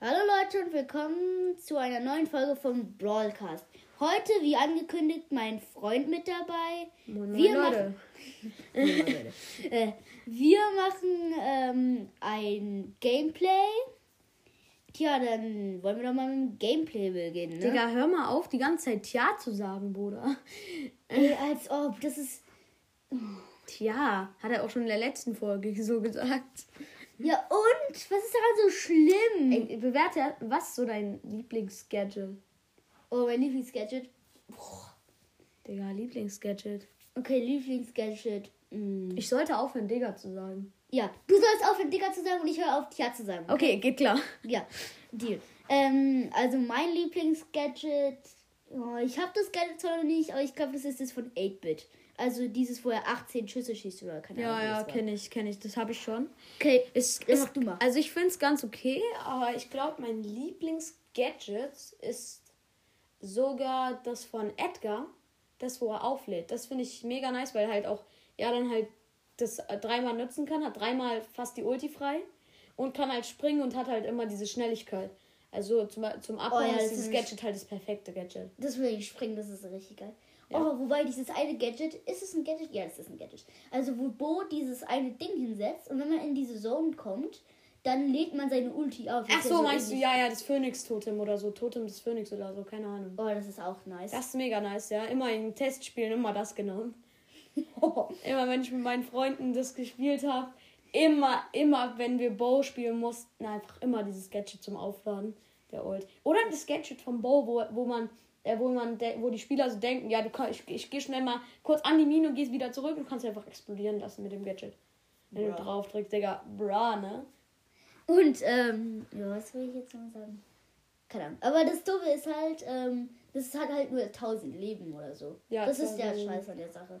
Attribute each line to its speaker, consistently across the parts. Speaker 1: Hallo Leute und willkommen zu einer neuen Folge von Broadcast. Heute, wie angekündigt, mein Freund mit dabei.
Speaker 2: Moin, moin,
Speaker 1: Wir
Speaker 2: Leute.
Speaker 1: Äh, wir machen ähm, ein Gameplay. Tja, dann wollen wir doch mal mit dem Gameplay beginnen. Ne?
Speaker 2: Digga, hör mal auf, die ganze Zeit Tja zu sagen, Bruder.
Speaker 1: Ey, als ob, das ist.
Speaker 2: Tja, hat er auch schon in der letzten Folge so gesagt.
Speaker 1: Ja und? Was ist daran so schlimm?
Speaker 2: Ey, bewerte, was ist so dein Lieblingsgadget?
Speaker 1: Oh, mein Lieblingsgadget. Boah.
Speaker 2: Digga, Lieblingsgadget.
Speaker 1: Okay, Lieblingsgadget. Mm.
Speaker 2: Ich sollte aufhören, Digga zu sagen.
Speaker 1: Ja, du sollst aufhören, Dicker zu sagen und ich höre auf, Tja zu sagen.
Speaker 2: Okay, geht klar.
Speaker 1: Ja, Deal. Ähm, also mein Lieblingsgadget. Oh, ich habe das Gadget zwar noch nicht, aber ich glaube, das ist das von 8-Bit. Also dieses, wo er 18 Schüsse schießt oder keine
Speaker 2: Ja,
Speaker 1: Ahnung. wie
Speaker 2: ja,
Speaker 1: das war.
Speaker 2: kenne ich, kenne ich. Das habe ich schon.
Speaker 1: Okay,
Speaker 2: Ist,
Speaker 1: Ja, mach du mal.
Speaker 2: Also ich finde es ganz okay.
Speaker 3: Aber ich glaube, mein Lieblingsgadget ist sogar das von Edgar, das wo er auflädt. Das finde ich mega nice, weil halt auch ja dann halt das äh, dreimal nutzen kann, hat dreimal fast die Ulti frei und kann halt springen und hat halt immer diese Schnelligkeit. Also zum, zum Abbauen
Speaker 1: Oh ja, das
Speaker 3: ist dieses
Speaker 1: ist-
Speaker 3: Gadget halt das perfekte Gadget.
Speaker 1: das will ich springen, das ist richtig geil. Oh, wobei dieses eine Gadget, ist es ein Gadget? Ja, es ist ein Gadget. Also wo Bo dieses eine Ding hinsetzt und wenn man in diese Zone kommt, dann lädt man seine Ulti auf. Das
Speaker 3: Ach
Speaker 1: ist
Speaker 3: so, meinst du
Speaker 1: ähnlich.
Speaker 3: ja, ja, das Phönix-Totem oder so, Totem des Phönix oder so, keine Ahnung.
Speaker 1: Oh, das ist auch nice.
Speaker 3: Das ist mega nice, ja. Immer in Testspielen immer das genommen. Oh, Immer wenn ich mit meinen Freunden das gespielt habe, immer, immer, wenn wir Bow spielen mussten, einfach immer dieses Gadget zum Aufladen, der Old. Oder das Gadget vom Bow, wo, wo man, äh, wo man, de- wo die Spieler so denken, ja, du kann, ich, ich gehe schnell mal kurz an die Mine und gehst wieder zurück und kannst einfach explodieren lassen mit dem Gadget. Wenn
Speaker 1: Bruh.
Speaker 3: du drauf drückst, Digga, bra, ne?
Speaker 1: Und, ähm, ja, was will ich jetzt noch sagen? Keine Ahnung. Aber das Dumme ist halt, ähm, das hat halt nur 1000 Leben oder so.
Speaker 3: Ja,
Speaker 1: das ist der
Speaker 3: 1000 Leben.
Speaker 1: Scheiß an der Sache.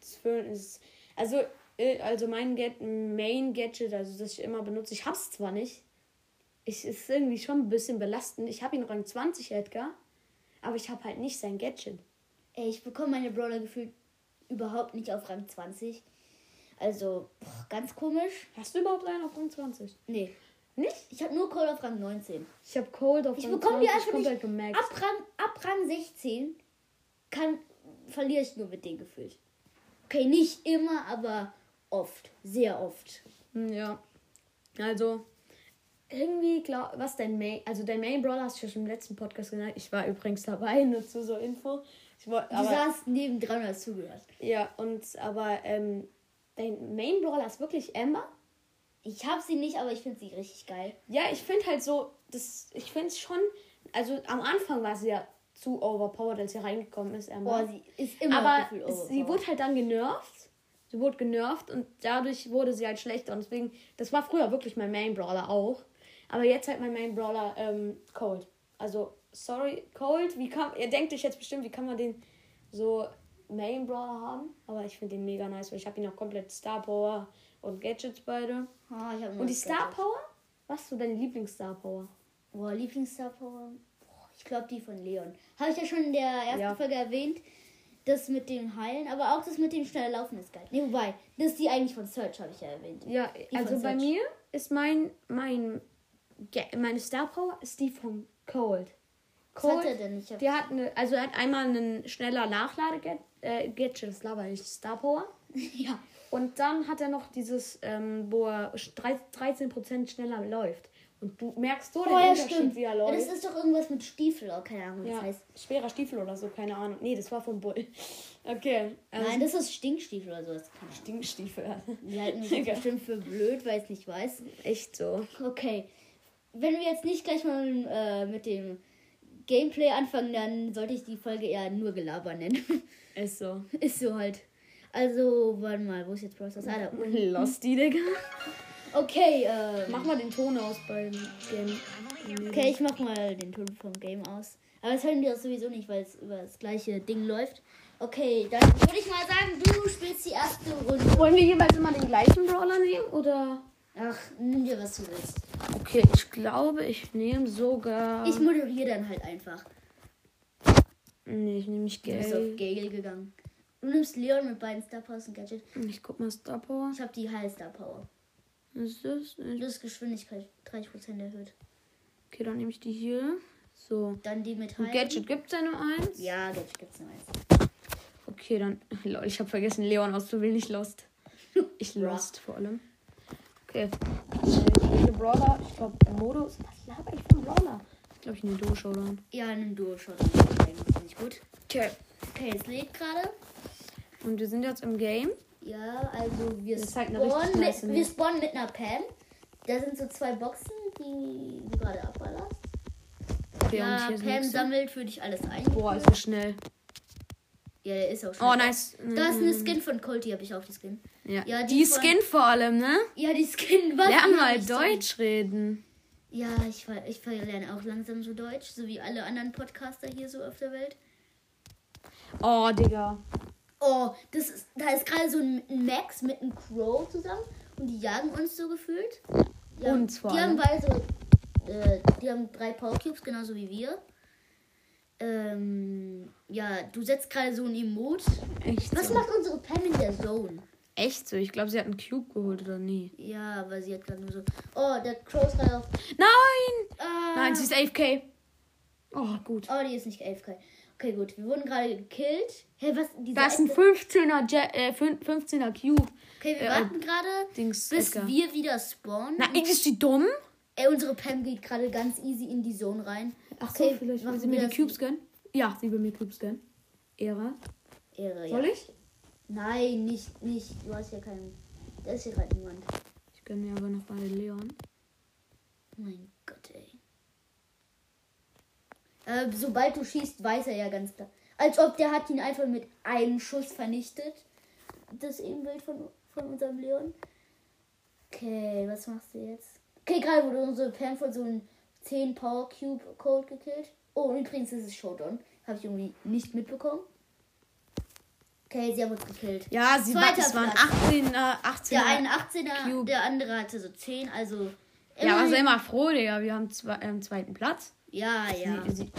Speaker 3: Das Föhn ist. Also, äh, also mein Gad Main Gadget, also das ich immer benutze, ich hab's zwar nicht. Ich ist irgendwie schon ein bisschen belastend. Ich habe ihn Rang 20, Edgar. Aber ich habe halt nicht sein Gadget.
Speaker 1: Ey, ich bekomme meine Brawler gefühlt überhaupt nicht auf Rang 20. Also, boah, ganz komisch.
Speaker 3: Hast du überhaupt einen auf Rang 20?
Speaker 1: Nee,
Speaker 3: Nicht?
Speaker 1: ich habe nur Call auf Rang 19.
Speaker 3: Ich habe Cold auf
Speaker 1: Ich
Speaker 3: Rang
Speaker 1: bekomme die
Speaker 3: 20
Speaker 1: einfach
Speaker 3: komplett
Speaker 1: nicht
Speaker 3: gemaxt.
Speaker 1: Ab Rang, ab Rang 16 kann, verliere ich nur mit denen gefühlt. Okay, nicht immer, aber oft. Sehr oft.
Speaker 3: Hm, Ja. Also, irgendwie, glaub, was dein Main. Also, dein Main Brawler hast du ja schon im letzten Podcast genannt. Ich war übrigens dabei, nur zu so Info. Ich wollt,
Speaker 1: Du
Speaker 3: aber-
Speaker 1: saßt nebendran und hast zugehört.
Speaker 3: Ja, und aber ähm, dein Main Brawler ist wirklich Amber?
Speaker 1: Ich hab sie nicht, aber ich finde sie richtig geil.
Speaker 3: Ja, ich finde halt so, das, ich finde es schon, also am Anfang war sie ja zu overpowered, als sie reingekommen ist, Amber.
Speaker 1: Boah, sie ist immer
Speaker 3: aber
Speaker 1: gefühlt
Speaker 3: es, sie
Speaker 1: overpowered.
Speaker 3: wurde halt dann genervt. Sie wurde genervt und dadurch wurde sie halt schlechter. Und deswegen, das war früher wirklich mein Main Brawler auch. Aber jetzt halt mein Main Brawler ähm, Cold. Also, sorry, Cold, wie kann, ihr denkt euch jetzt bestimmt, wie kann man den so Main Brawler haben? Aber ich finde den mega nice, weil ich habe ihn auch komplett Star Power und Gadgets beide.
Speaker 1: Ah, ich hab
Speaker 3: Und die
Speaker 1: neues
Speaker 3: Star
Speaker 1: Gadget.
Speaker 3: Power? Was ist so deine Lieblings-Star Power?
Speaker 1: Boah, Lieblingsstar Power. Boah, ich glaube die von Leon. Habe ich ja schon in der ersten
Speaker 3: Ja.
Speaker 1: Folge erwähnt. Das mit dem Heilen, aber auch das mit dem schnell Laufen ist geil. Nee, wobei, das ist die eigentlich von Search, habe ich ja erwähnt.
Speaker 3: Ja,
Speaker 1: Die
Speaker 3: also
Speaker 1: von
Speaker 3: bei
Speaker 1: Search.
Speaker 3: mir ist mein, mein Ge- meine Star Power ist die von Cold.
Speaker 1: Was hat er
Speaker 3: Cold,
Speaker 1: denn? Ich hab,
Speaker 3: der hat eine, also er hat einmal einen schneller Nachlade-Gadget, äh, Gadget, das laber ich, Star Power.
Speaker 1: ja.
Speaker 3: Und dann hat er noch dieses, ähm, wo er drei- 13% schneller läuft. Und du merkst so den
Speaker 1: Oh, ja,
Speaker 3: Unterschied,
Speaker 1: stimmt.
Speaker 3: wie er
Speaker 1: Ja, das
Speaker 3: läuft.
Speaker 1: ist doch irgendwas mit Stiefel, oder keine Ahnung, wie das
Speaker 3: Ja,
Speaker 1: heißt.
Speaker 3: schwerer Stiefel oder so, keine Ahnung. Nee, das war vom Bull. Okay. Also
Speaker 1: Nein, das ist Stinkstiefel oder sowas. Keine Ahnung.
Speaker 3: Stinkstiefel.
Speaker 1: Die halten mich
Speaker 3: Egal.
Speaker 1: bestimmt für blöd, weil ich nicht weiß.
Speaker 3: Echt so.
Speaker 1: Okay. Wenn wir jetzt nicht gleich mal äh, mit dem Gameplay anfangen, dann sollte ich die Folge eher nur Gelaber nennen.
Speaker 3: Ist so.
Speaker 1: Ist so halt. Also, warte mal, wo ist jetzt Process? Ah, da. unten.
Speaker 3: Losty, Digga.
Speaker 1: Okay, ähm,
Speaker 3: Mach mal den Ton aus beim Game.
Speaker 1: okay, ich mach mal den Ton vom Game aus. Aber das hören die das sowieso nicht, weil es über das gleiche Ding läuft. Okay, dann würde ich mal sagen, du spielst die erste Runde.
Speaker 3: Wollen wir jeweils immer den gleichen Brawler nehmen oder?
Speaker 1: Ach, nimm dir, was du willst.
Speaker 3: Okay, ich glaube, ich nehme sogar.
Speaker 1: Ich moderiere dann halt einfach.
Speaker 3: Nee, ich nehme nicht
Speaker 1: Du bist auf
Speaker 3: Geld.
Speaker 1: Gale gegangen. Du nimmst Leon mit beiden Star Powers und Gadget.
Speaker 3: Ich guck mal Star Power.
Speaker 1: Ich habe die High Star Power.
Speaker 3: Ist das?
Speaker 1: Du hast Geschwindigkeit 30% erhöht.
Speaker 3: Okay, dann nehme ich die hier. So.
Speaker 1: Dann die mit
Speaker 3: Und
Speaker 1: High.
Speaker 3: Gadget gibt's ja nur eins.
Speaker 1: Ja, Gadget gibt's nur eins.
Speaker 3: Okay, dann. Lol, ich habe vergessen, Leon auszuwählen. Ich lost. Ich lost vor allem. Okay. Äh, die Brawler. Ich glaube, Modus. Was laber ich von Brawler? Ich glaube, ich nehme Duo Showdown.
Speaker 1: Ja, nimm du schon. Finde ich gut.
Speaker 3: Okay.
Speaker 1: Okay, es lädt gerade.
Speaker 3: Und wir sind jetzt im Game.
Speaker 1: Ja, also wir
Speaker 3: Das ist halt eine
Speaker 1: spawnen,
Speaker 3: richtig nice
Speaker 1: mit, wir
Speaker 3: Map.
Speaker 1: spawnen mit einer Pam. Da sind so zwei Boxen, die du gerade abballerst.
Speaker 3: Okay,
Speaker 1: Ja,
Speaker 3: und hier
Speaker 1: Pam
Speaker 3: ist nix.
Speaker 1: sammelt für dich alles ein.
Speaker 3: Boah, ist so schnell.
Speaker 1: Ja, der ist auch schon.
Speaker 3: Oh, nice.
Speaker 1: Da ist eine Skin von Colty, habe ich auch die Skin.
Speaker 3: Ja,
Speaker 1: Ja,
Speaker 3: die,
Speaker 1: die von-
Speaker 3: Skin vor allem, ne?
Speaker 1: Ja, die Skin war.
Speaker 3: Lern mal Deutsch reden.
Speaker 1: Ja, ich, ver- ich verlerne auch langsam so Deutsch, so wie alle anderen Podcaster hier so auf der Welt.
Speaker 3: Oh, Digga.
Speaker 1: Oh, das ist, da ist gerade so ein Max mit einem Crow zusammen und die jagen uns so gefühlt. Die haben-
Speaker 3: Uns vor
Speaker 1: Die haben
Speaker 3: allem.
Speaker 1: beide so, äh, die haben drei Powercubes, genauso wie wir. Ähm, ja, du setzt gerade so ein Emote.
Speaker 3: Echt
Speaker 1: Was
Speaker 3: so.
Speaker 1: macht unsere Pam in der Zone?
Speaker 3: Echt so. Ich glaube, sie hat einen Cube geholt oder nie.
Speaker 1: Ja, aber sie hat gerade nur so. Oh, der Crow ist gerade auf.
Speaker 3: Nein!
Speaker 1: Ah,
Speaker 3: Nein, sie ist AFK. Oh, gut.
Speaker 1: Oh, die ist nicht AFK. Okay, gut. Wir wurden gerade gekillt. Hey, was? Diese
Speaker 3: Da ist ein
Speaker 1: Edgar-
Speaker 3: 15er, Ja- äh, fün- 15er Cube.
Speaker 1: Okay, wir
Speaker 3: äh,
Speaker 1: warten gerade,
Speaker 3: Dings,
Speaker 1: bis
Speaker 3: Edgar.
Speaker 1: wir wieder spawnen.
Speaker 3: Na, ist die dumm?
Speaker 1: Ey, unsere Pam geht gerade ganz easy in die Zone rein.
Speaker 3: Ach so, vielleicht will sie mir die Cubes gönnen. Ja, sie will mir Cubes gönnen. Ehre.
Speaker 1: Ehre, ja.
Speaker 3: Soll ich?
Speaker 1: Nein, nicht, nicht. Du hast ja keinen. Da ist hier gerade niemand.
Speaker 3: Ich gönne mir aber noch mal Leon.
Speaker 1: Mein Gott, ey. Äh, sobald du schießt, weiß er ja ganz klar. Als ob der hat ihn einfach mit einem Schuss vernichtet. Das Ebenbild von, von unserem Leon. Okay, was machst du jetzt? Okay, gerade wurde unsere Pam von so einem 10 Power Cube Cold gekillt. Oh, und übrigens ist es Showdown. Habe ich irgendwie nicht mitbekommen. Okay, sie haben uns gekillt.
Speaker 3: Ja, sie war,
Speaker 1: Zweiter
Speaker 3: es waren
Speaker 1: Platz.
Speaker 3: 18er, 18er.
Speaker 1: Der eine 18er,
Speaker 3: Cube.
Speaker 1: der andere hatte so 10, also.
Speaker 3: ja, aber
Speaker 1: immerhin-
Speaker 3: sei mal froh, Digga. Wir haben zwei, ähm, zweiten Platz.
Speaker 1: Ja, ja.
Speaker 3: Sie, sie,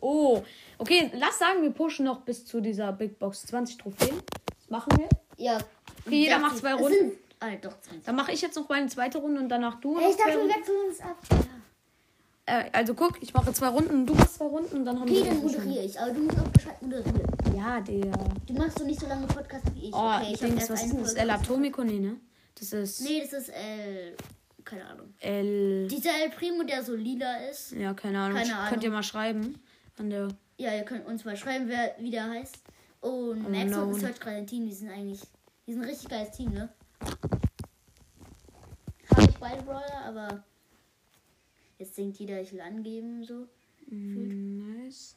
Speaker 3: oh, okay, lass sagen, wir pushen noch bis zu dieser Big Box 20 Trophäen. Das machen wir.
Speaker 1: Ja.
Speaker 3: Okay, jeder
Speaker 1: Das
Speaker 3: macht
Speaker 1: ist-
Speaker 3: zwei
Speaker 1: es
Speaker 3: Runden.
Speaker 1: Sind, ah, doch, 20.
Speaker 3: Dann mache ich jetzt noch meine zweite Runde und danach du.
Speaker 1: Hey,
Speaker 3: noch
Speaker 1: ich dachte,
Speaker 3: zwei
Speaker 1: wir
Speaker 3: Runden.
Speaker 1: wechseln uns ab. Ja.
Speaker 3: äh, also guck, ich mache zwei Runden und du machst zwei Runden und dann haben
Speaker 1: Okay,
Speaker 3: wir.
Speaker 1: dann moderiere ich. Aber du musst auch Bescheid moderieren.
Speaker 3: Ja, der.
Speaker 1: Du machst so nicht so lange Podcast wie ich.
Speaker 3: Oh,
Speaker 1: okay,
Speaker 3: ich
Speaker 1: hab
Speaker 3: denke,
Speaker 1: erst
Speaker 3: was
Speaker 1: eine
Speaker 3: ist denn das?
Speaker 1: Folge
Speaker 3: El
Speaker 1: gemacht.
Speaker 3: Atomico? Nee, ne? Das ist
Speaker 1: Nee, das ist El. Keine Ahnung.
Speaker 3: El.
Speaker 1: Dieser El Primo, der so lila ist.
Speaker 3: Ja, keine Ahnung.
Speaker 1: Keine
Speaker 3: Ich-
Speaker 1: Ahnung.
Speaker 3: Könnt ihr mal schreiben. An der.
Speaker 1: Ja, ihr könnt uns mal schreiben, wer, wie der heißt. Und Max
Speaker 3: no.
Speaker 1: und Search gerade ein Team. Die sind eigentlich. Die sind ein richtig geiles Team, ne? Habe ich beide Brawler, aber. Jetzt denkt jeder, ich will angeben, so.
Speaker 3: mm, Nice.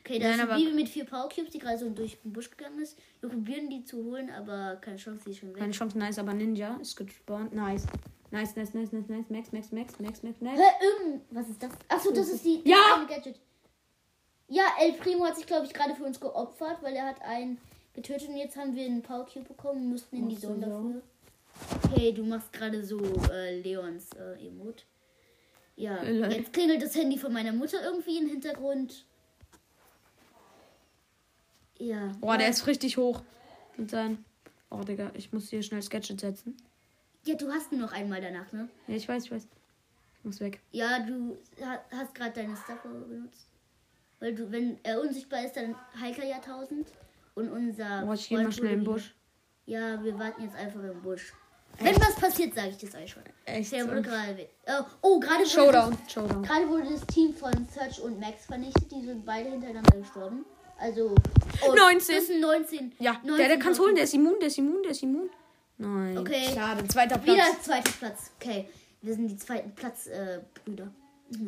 Speaker 1: Okay, da
Speaker 3: Nein,
Speaker 1: ist
Speaker 3: aber-
Speaker 1: die Bibi mit vier Powercubes, die gerade so durch den Busch gegangen ist. Wir probieren die zu holen, aber keine Chance, die ist schon
Speaker 3: Keine
Speaker 1: weg.
Speaker 3: Chance, nice, aber Ninja ist gespawnt. Nice. Nice, nice, nice, nice, nice. Max, Max, Max, Max, Max,
Speaker 1: Hä,
Speaker 3: Max.
Speaker 1: irgend... Was ist das? Achso, das ist die...
Speaker 3: Ja!
Speaker 1: eine Gadget. Ja, El Primo hat sich, glaube ich, gerade für uns geopfert, weil er hat einen getötet und jetzt haben wir einen Powercube bekommen und mussten in die
Speaker 3: Musste
Speaker 1: Zone
Speaker 3: so.
Speaker 1: dafür. Okay, du machst gerade so äh, Leons äh, Emote. Ja,
Speaker 3: Äh, lol.
Speaker 1: jetzt klingelt das Handy von meiner Mutter irgendwie im Hintergrund. Ja.
Speaker 3: Boah, der ist richtig hoch. Mit seinen. Oh, Digga, ich muss hier schnell Sketchet setzen.
Speaker 1: Ja, du hast nur noch einmal danach, ne?
Speaker 3: Ja, ich weiß, ich weiß. Ich muss weg.
Speaker 1: Ja, du ha- hast gerade deine Staffel benutzt. Weil du, wenn er unsichtbar ist, dann heilt er ja 1000. Und unser.
Speaker 3: Oh, ich gehe
Speaker 1: Freund
Speaker 3: mal schnell im
Speaker 1: wurde
Speaker 3: Busch.
Speaker 1: wieder- Ja, wir warten jetzt einfach im Busch. Wenn was passiert, sage ich das euch schon.
Speaker 3: Echt
Speaker 1: Der
Speaker 3: so.
Speaker 1: wurde gerade. we- Oh, oh gerade wurde.
Speaker 3: Showdown. Showdown.
Speaker 1: Das, gerade wurde das Team von Search und Max vernichtet. Die sind beide hintereinander gestorben. Also. Oh,
Speaker 3: 19.
Speaker 1: Das sind 19.
Speaker 3: Ja,
Speaker 1: 19
Speaker 3: der, der kann es holen,
Speaker 1: Leute.
Speaker 3: der ist immun, der ist immun, der ist immun. Nein.
Speaker 1: Okay.
Speaker 3: Schade, zweiter Platz.
Speaker 1: Wieder zweiter Platz. Okay. Wir sind die zweiten Platz, äh, Brüder.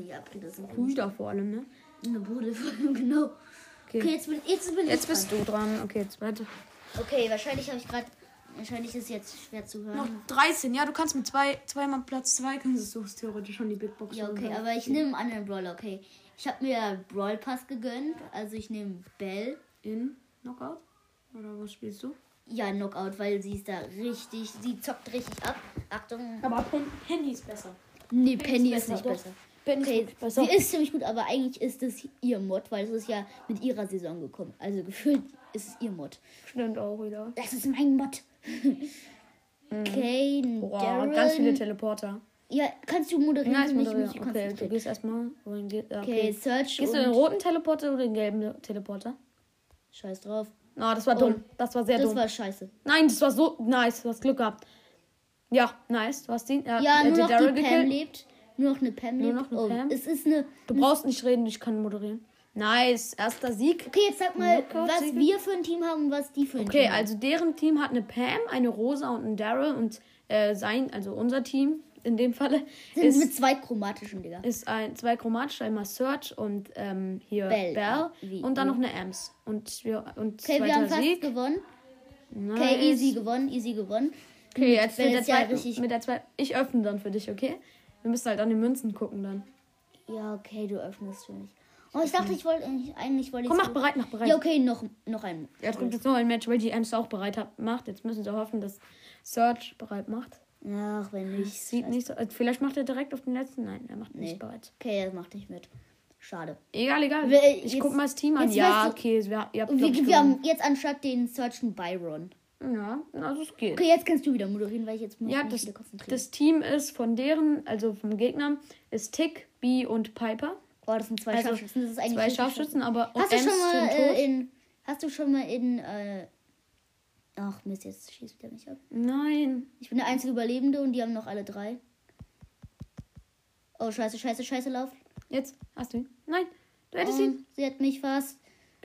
Speaker 1: Ja, Brüder sind
Speaker 3: Brüder vor allem, ne?
Speaker 1: Eine Bude, genau. Okay,
Speaker 3: Okay.
Speaker 1: jetzt bin, jetzt bin
Speaker 3: Jetzt
Speaker 1: ich
Speaker 3: bist du dran. Okay, zweite.
Speaker 1: dran. Okay, wahrscheinlich habe ich gerade... Wahrscheinlich ist jetzt schwer zu hören.
Speaker 3: Noch 13, ja, du kannst mit zwei, zweimal Platz 2 kannst du theoretisch schon die Big Box
Speaker 1: ja,
Speaker 3: holen. ne?
Speaker 1: okay, aber ich nehme einen anderen Brawler, okay. Ich habe mir Brawl Pass gegönnt, also ich nehme Bell.
Speaker 3: In Knockout? Oder was spielst du?
Speaker 1: Ja, Knockout, weil sie ist da richtig... Sie zockt richtig ab. Achtung.
Speaker 4: Aber Pen Penny ist besser.
Speaker 1: Nee,
Speaker 4: Penny
Speaker 1: Penny
Speaker 4: ist
Speaker 1: ist nicht
Speaker 4: besser, doch.
Speaker 1: besser.
Speaker 4: bin
Speaker 1: Okay,
Speaker 4: ich besser.
Speaker 1: sie ist ziemlich gut, aber eigentlich ist es ihr Mod, weil es ist ja mit ihrer Saison gekommen. Also gefühlt ist es ihr Mod.
Speaker 3: Stimmt auch wieder.
Speaker 1: Das ist mein Mod. Okay,
Speaker 3: Boah, ganz viele
Speaker 1: Darren.
Speaker 3: Teleporter.
Speaker 1: Ja, kannst du moderieren?
Speaker 3: Nein, ich
Speaker 1: nicht,
Speaker 3: moderiere.
Speaker 1: mich
Speaker 3: Okay, du
Speaker 1: konzentrieren.
Speaker 3: gehst erstmal. wohin geht- ja,
Speaker 1: Okay,
Speaker 3: äh, Okay.
Speaker 1: Search
Speaker 3: Gehst du in den
Speaker 1: und...
Speaker 3: roten Teleporter oder den gelben Teleporter?
Speaker 1: Scheiß drauf.
Speaker 3: Na, das war
Speaker 1: Oh.
Speaker 3: dumm. Das war sehr
Speaker 1: das
Speaker 3: dumm.
Speaker 1: war scheiße.
Speaker 3: Nein, das war so nice. Du hast Glück gehabt. Ja, nice. Du hast den. Äh,
Speaker 1: Ja,
Speaker 3: äh,
Speaker 1: nur
Speaker 3: den
Speaker 1: noch die
Speaker 3: Daryl
Speaker 1: Pam
Speaker 3: gekillt.
Speaker 1: lebt. Nur noch eine Pam
Speaker 3: Nur
Speaker 1: lebt.
Speaker 3: noch eine
Speaker 1: oh,
Speaker 3: Pam?
Speaker 1: Es ist eine...
Speaker 3: Du brauchst nicht reden, ich kann moderieren. Nice, erster Sieg.
Speaker 1: Okay, jetzt sag mal,
Speaker 3: Knockout
Speaker 1: was
Speaker 3: Siege?
Speaker 1: wir für ein Team haben und was die für ein
Speaker 3: Okay,
Speaker 1: Team haben.
Speaker 3: also deren Team hat eine Pam, eine Rosa und einen Daryl und äh, sein, also unser Team in dem Falle,
Speaker 1: Sind
Speaker 3: also ist,
Speaker 1: mit zwei chromatischen, Digga.
Speaker 3: ist ein, zwei chromatische, einmal Search und ähm, hier
Speaker 1: Bell. Ah,
Speaker 3: Bell,
Speaker 1: Wie-
Speaker 3: und dann noch eine Ems. Und, wir, und
Speaker 1: Okay, wir haben
Speaker 3: zweiter
Speaker 1: fast
Speaker 3: Sieg.
Speaker 1: gewonnen.
Speaker 3: Nice.
Speaker 1: Okay, easy gewonnen, easy gewonnen.
Speaker 3: Okay, jetzt
Speaker 1: Wenn
Speaker 3: mit der,
Speaker 1: es ja
Speaker 3: zweiten,
Speaker 1: richtig-
Speaker 3: mit der zweiten. Ich öffne dann für dich, okay? Wir müssen halt an den Münzen gucken dann.
Speaker 1: Ja, okay, du öffnest für mich. Oh, ich dachte, ich wollte eigentlich, eigentlich wollte ich.
Speaker 3: Komm, mach bereit, mach bereit.
Speaker 1: Ja, okay, noch, noch einen.
Speaker 3: Er drückt jetzt noch ein Match, weil die Ems auch bereit hat, macht. Jetzt müssen sie hoffen, dass Search bereit macht.
Speaker 1: Ach, wenn nicht.
Speaker 3: Sieht nicht so. also Vielleicht macht er direkt auf den letzten. Nein, er macht
Speaker 1: Nee.
Speaker 3: nicht bereit.
Speaker 1: Okay, das macht nicht mit. Schade.
Speaker 3: Egal, egal.
Speaker 1: Wir-
Speaker 3: ich
Speaker 1: jetzt-
Speaker 3: guck mal das Team an.
Speaker 1: jetzt
Speaker 3: Ja,
Speaker 1: weißt du-
Speaker 3: okay. Wir, ihr habt,
Speaker 1: Und wir,
Speaker 3: glaub ich,
Speaker 1: wir haben jetzt anstatt den Searchen Byron.
Speaker 3: gewonnen. Ja, also es geht.
Speaker 1: Okay, jetzt kannst du wieder moderieren, weil ich jetzt muss
Speaker 3: Ja,
Speaker 1: mich
Speaker 3: das,
Speaker 1: wieder konzentrieren.
Speaker 3: das Team ist von deren, also vom Gegner, ist Tick, B und Piper.
Speaker 1: oh, das sind zwei
Speaker 3: also
Speaker 1: Scharfschützen. Das ist eigentlich
Speaker 3: Zwei
Speaker 1: richtig
Speaker 3: Scharfschützen, aber
Speaker 1: Hast du
Speaker 3: Ems
Speaker 1: schon mal
Speaker 3: sind tot.
Speaker 1: äh, in. Hast du schon mal in. Äh, ach, Mist, jetzt schießt wieder mich ab.
Speaker 3: Nein.
Speaker 1: Ich bin der einzige Überlebende und die haben noch alle drei. Oh, scheiße, scheiße, scheiße, lauf.
Speaker 3: Jetzt hast du ihn. Nein, du hättest
Speaker 1: Oh,
Speaker 3: ihn.
Speaker 1: Sie hat mich fast.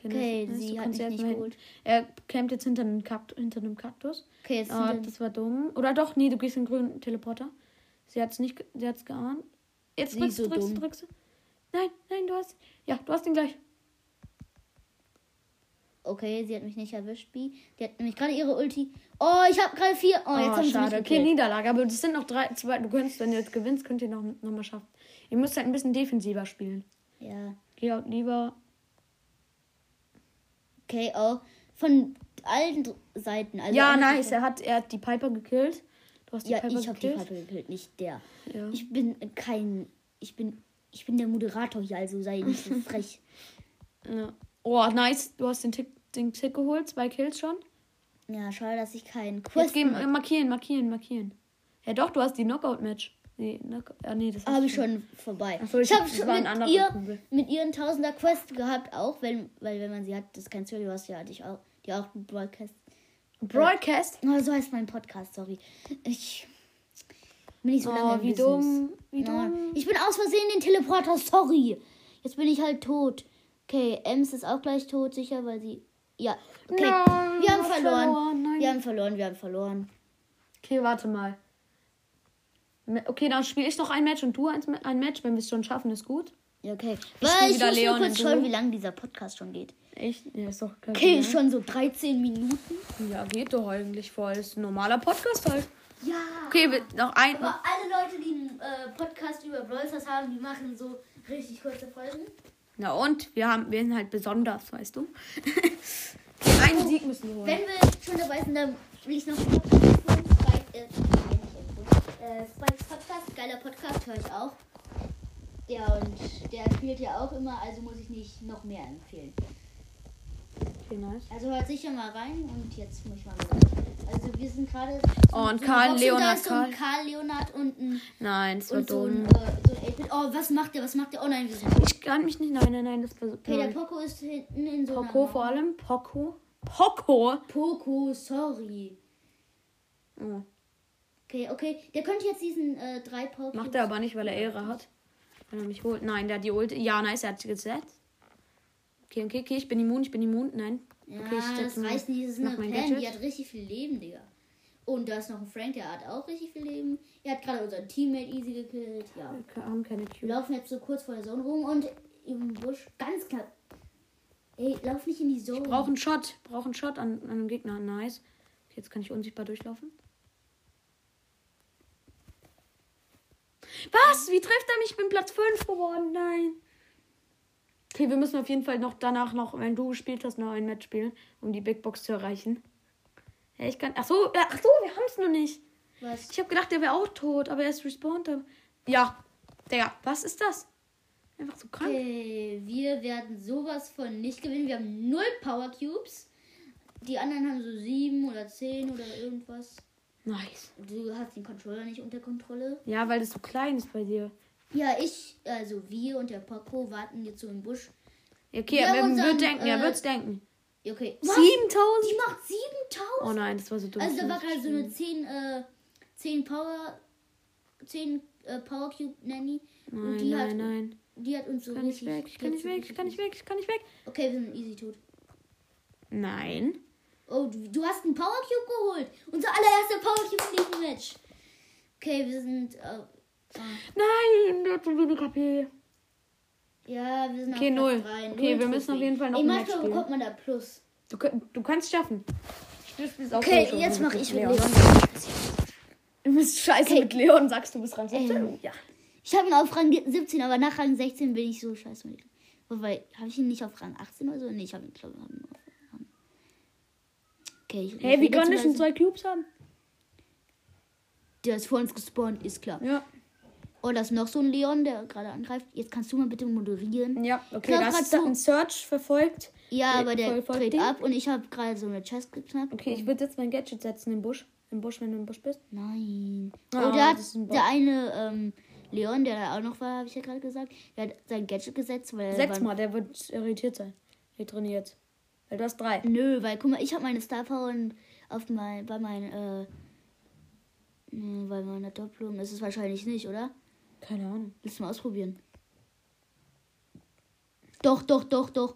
Speaker 1: Okay,
Speaker 3: nice,
Speaker 1: sie
Speaker 3: du
Speaker 1: hat
Speaker 3: kannst
Speaker 1: mich
Speaker 3: jetzt
Speaker 1: nicht
Speaker 3: mal hin.
Speaker 1: geholt.
Speaker 3: Er campt jetzt hinter einem, Kakt hinter einem Kaktus.
Speaker 1: Okay, jetzt
Speaker 3: Ah,
Speaker 1: sind
Speaker 3: das war dumm. Oder doch, nee, du gehst in den grünen Teleporter. Sie hat's nicht, ge- sie hat's geahnt. Jetzt
Speaker 1: Sie
Speaker 3: drückst,
Speaker 1: ist so
Speaker 3: du, drückst,
Speaker 1: dumm.
Speaker 3: du, drückst. du. Nein, nein, du hast, ja, du hast ihn gleich.
Speaker 1: okay, sie hat mich nicht erwischt, B. Die hat nämlich gerade ihre Ulti. Oh, ich habe gerade vier. Oh, jetzt
Speaker 3: Ah,
Speaker 1: haben sie mich
Speaker 3: schade. Okay,
Speaker 1: gekillt.
Speaker 3: Niederlage, aber das sind noch drei, zwei, du könntest, wenn du jetzt gewinnst, könnt ihr noch, noch mal schaffen. Ihr müsst halt ein bisschen defensiver spielen.
Speaker 1: Ja.
Speaker 3: Geh halt lieber,
Speaker 1: Okay, oh. Von allen dr- Seiten. Also
Speaker 3: ja,
Speaker 1: eigentlich-
Speaker 3: nice, er hat, er hat die Piper gekillt. Du hast die
Speaker 1: Ja,
Speaker 3: Piper
Speaker 1: ich habe die
Speaker 3: gekillt.
Speaker 1: Piper gekillt, nicht der.
Speaker 3: Ja.
Speaker 1: Ich bin kein. Ich bin. Ich bin der Moderator hier, also sei nicht so frech.
Speaker 3: Ja. Oh, nice, du hast den Tick, den Tick geholt, zwei Kills schon.
Speaker 1: Ja, schade, dass ich keinen
Speaker 3: Jetzt
Speaker 1: Quest
Speaker 3: geben,
Speaker 1: habe.
Speaker 3: äh, markieren, markieren, markieren. Ja doch, du hast die Knockout-Match. Nee, Knockout, ah, nee, das hast
Speaker 1: Habe
Speaker 3: du
Speaker 1: ich schon vorbei.
Speaker 3: Ach so,
Speaker 1: ich
Speaker 3: ich-
Speaker 1: habe
Speaker 3: das
Speaker 1: schon
Speaker 3: war ein
Speaker 1: mit,
Speaker 3: anderer
Speaker 1: ihr,
Speaker 3: Kugel.
Speaker 1: mit ihren tausender Quest gehabt, auch wenn, weil wenn man sie hat, das ist kein Zöl, du hast ja dich auch, die auch einen Broadcast.
Speaker 3: Broadcast?
Speaker 1: Oh, so heißt mein Podcast, sorry. Ich bin nicht so lange
Speaker 3: Oh,
Speaker 1: im
Speaker 3: wie
Speaker 1: Business.
Speaker 3: dumm. Wie
Speaker 1: Na,
Speaker 3: dumm.
Speaker 1: ich bin aus Versehen den Teleporter, sorry. Jetzt bin ich halt tot. Okay, Ems ist auch gleich tot, sicher, weil sie. Ja, okay.
Speaker 3: Nein,
Speaker 1: wir haben
Speaker 3: was
Speaker 1: verloren.
Speaker 3: verloren, nein.
Speaker 1: Wir haben verloren, wir haben verloren.
Speaker 3: Okay, warte mal. Me- Okay, dann spiele ich noch ein Match und du eins- ein Match. Wenn wir es schon schaffen, ist gut.
Speaker 1: Ja, okay.
Speaker 3: bin
Speaker 1: Weil ich
Speaker 3: wieder
Speaker 1: muss nur
Speaker 3: Leon und
Speaker 1: kurz
Speaker 3: du?
Speaker 1: schauen, wie lange dieser Podcast schon geht.
Speaker 3: Echt? Ja, ist doch kein
Speaker 1: Okay,
Speaker 3: Problem.
Speaker 1: schon so 13 Minuten.
Speaker 3: Ja, geht doch eigentlich voll. Ist ein normaler Podcast halt.
Speaker 1: Ja.
Speaker 3: Okay, wir- noch ein.
Speaker 1: Aber alle Leute, die einen äh, Podcast über Brawl Stars haben, die machen so richtig kurze Folgen.
Speaker 3: Na und? Wir, haben, wir sind halt besonders, weißt du? Okay, einen Sieg müssen wir holen.
Speaker 1: Wenn wir schon dabei sind, dann will ich noch einen Podcast empfehlen. Spike, äh, nein, nicht empfehlen. äh, Spikes Podcast, geiler Podcast, höre ich auch. Ja, und der spielt ja auch immer, also muss ich nicht noch mehr empfehlen.
Speaker 3: Okay, nice.
Speaker 1: Also hört sicher mal rein und jetzt muss ich mal wieder. Also wir sind gerade.
Speaker 3: Oh, und
Speaker 1: so
Speaker 3: Karl
Speaker 1: Boxen, Da
Speaker 3: Leonard,
Speaker 1: ist so ein
Speaker 3: Karl.
Speaker 1: Karl Leonard und ein.
Speaker 3: Nein, das war
Speaker 1: Und so ein,
Speaker 3: dumm.
Speaker 1: äh, so ein 8-Bit. Oh, was macht der? Was macht der? Oh nein, wir sind.
Speaker 3: Ich kann mich nicht. Nein, nein, nein, das war so.
Speaker 1: Okay, der
Speaker 3: Nein.
Speaker 1: Poco ist hinten in so einer.
Speaker 3: Poco vor allem. Poco. Poco?
Speaker 1: Poco, sorry.
Speaker 3: Oh.
Speaker 1: Okay, okay. Der könnte jetzt diesen äh, drei Poco.
Speaker 3: Macht er aber nicht, weil er Ehre hat. Wenn er mich holt. Nein, der hat die Ulti. Ja, nice, er hat sie gesetzt. Okay, okay, okay, ich bin immun, ich bin immun. Nein.
Speaker 1: Ja,
Speaker 3: okay, ich
Speaker 1: das
Speaker 3: setz mal-
Speaker 1: reicht nicht. Das ist
Speaker 3: mach
Speaker 1: eine
Speaker 3: mein
Speaker 1: Pam, die
Speaker 3: Gadget.
Speaker 1: hat richtig viel Leben, Digga. Und da ist noch ein Frank, der hat auch richtig viel Leben. Er hat gerade unseren Teammate easy gekillt. Ja.
Speaker 3: Wir haben keine Q.
Speaker 1: Wir laufen jetzt so kurz vor der Zone rum und im Busch ganz knapp. Ey, lauf nicht in die Zone.
Speaker 3: Brauch einen Shot. Brauch einen Shot an, an einem Gegner. Nice. Okay, jetzt kann ich unsichtbar durchlaufen. Was? Wie trifft er mich? Ich bin Platz 5 geworden. Nein. Okay, wir müssen auf jeden Fall noch danach noch, wenn du gespielt hast, noch ein Match spielen, um die Big Box zu erreichen. Ja, ich kann. Ach so, ja, ach so, wir haben es noch nicht.
Speaker 1: Was?
Speaker 3: Ich habe gedacht, der wäre auch tot, aber er ist respawned. Ja, Digga, was ist das? Einfach so krank.
Speaker 1: Okay, wir werden sowas von nicht gewinnen. Wir haben null Power Cubes. Die anderen haben so sieben oder zehn oder irgendwas.
Speaker 3: Nice.
Speaker 1: Du hast den Controller nicht unter Kontrolle.
Speaker 3: Ja, weil das so klein ist bei dir.
Speaker 1: Ja, ich, also wir und der Poco warten jetzt so im Busch.
Speaker 3: Okay,
Speaker 1: Wir
Speaker 3: er
Speaker 1: haben
Speaker 3: wird
Speaker 1: unseren,
Speaker 3: denken, er
Speaker 1: äh,
Speaker 3: wird's denken.
Speaker 1: Ja, Okay. Was?
Speaker 3: 7000?
Speaker 1: Die macht 7000?
Speaker 3: Oh nein, das war so dumm.
Speaker 1: also da war gerade so eine 10, äh, 10 Power, 10 äh, Power Cube Nanny. und
Speaker 3: Nein,
Speaker 1: die hat,
Speaker 3: nein, nein.
Speaker 1: die hat uns so
Speaker 3: Ich kann nicht
Speaker 1: richtig.
Speaker 3: weg, ich kann nicht weg, ich kann nicht weg, ich kann nicht weg.
Speaker 1: Okay, wir sind easy tot.
Speaker 3: Nein.
Speaker 1: Oh, du, du hast einen Power Cube geholt. Unser allererster Power Cube in diesem Match. Okay, wir sind. Äh, äh,
Speaker 3: Nein, du hast so wenig HP.
Speaker 1: ja, wir sind
Speaker 3: Okay,
Speaker 1: auf Platz
Speaker 3: null.
Speaker 1: drei.
Speaker 3: Okay, wir müssen auf jeden Fall noch
Speaker 1: Ey,
Speaker 3: ein
Speaker 1: manchmal
Speaker 3: Match spielen.
Speaker 1: bekommt man da Plus.
Speaker 3: Du, könnt- du kannst schaffen. Ich dürfte es auch
Speaker 1: Okay,
Speaker 3: schon
Speaker 1: jetzt
Speaker 3: mit
Speaker 1: mach ich mit
Speaker 3: Leon.
Speaker 1: Leon.
Speaker 4: Du bist scheiße mit Leon, sagst du bist Rang
Speaker 1: Ähm.
Speaker 4: 17. Ja.
Speaker 1: Ich habe ihn auf Rang 17, aber nach Rang 16 bin ich so scheiße mit ihm. Wobei, habe ich ihn nicht auf Rang 18 oder so? Nee, ich habe ihn, glaube ich, hab ihn auf Rang. Okay, ich
Speaker 3: Hey, wie kann ich
Speaker 1: vergesse
Speaker 3: denn
Speaker 1: mal-
Speaker 3: zwei Cubes haben?
Speaker 1: Der ist vor uns gespawnt, ist klar.
Speaker 3: Ja.
Speaker 1: Oh, da ist noch so ein Leon, der gerade angreift. Jetzt kannst du mal bitte moderieren.
Speaker 3: Ja, okay,
Speaker 1: glaub,
Speaker 3: da
Speaker 1: grad
Speaker 3: hast du
Speaker 1: so-
Speaker 3: einen Search verfolgt.
Speaker 1: Ja,
Speaker 3: Äh,
Speaker 1: aber der
Speaker 3: voll- voll
Speaker 1: dreht
Speaker 3: Ding.
Speaker 1: ab und ich habe gerade so eine Chest geknackt.
Speaker 3: Okay, ich würde jetzt mein Gadget setzen im Busch. Im Busch, wenn du im Busch bist.
Speaker 1: Nein.
Speaker 3: Ah,
Speaker 1: Oh, der, hat,
Speaker 3: das ist ein Bot.
Speaker 1: der eine ähm, Leon, der da auch noch war, habe ich ja gerade gesagt, der hat sein Gadget gesetzt, weil er war-
Speaker 3: Sechsmal, der wird irritiert sein. Hier trainiert. Weil du hast drei.
Speaker 1: Nö, weil guck mal, ich habe meine Star Power und auf mein, bei meinen, äh, äh, bei meiner Doppelung ist es wahrscheinlich nicht, oder?
Speaker 3: Keine Ahnung.
Speaker 1: Willst du mal ausprobieren? Doch, doch, doch, doch.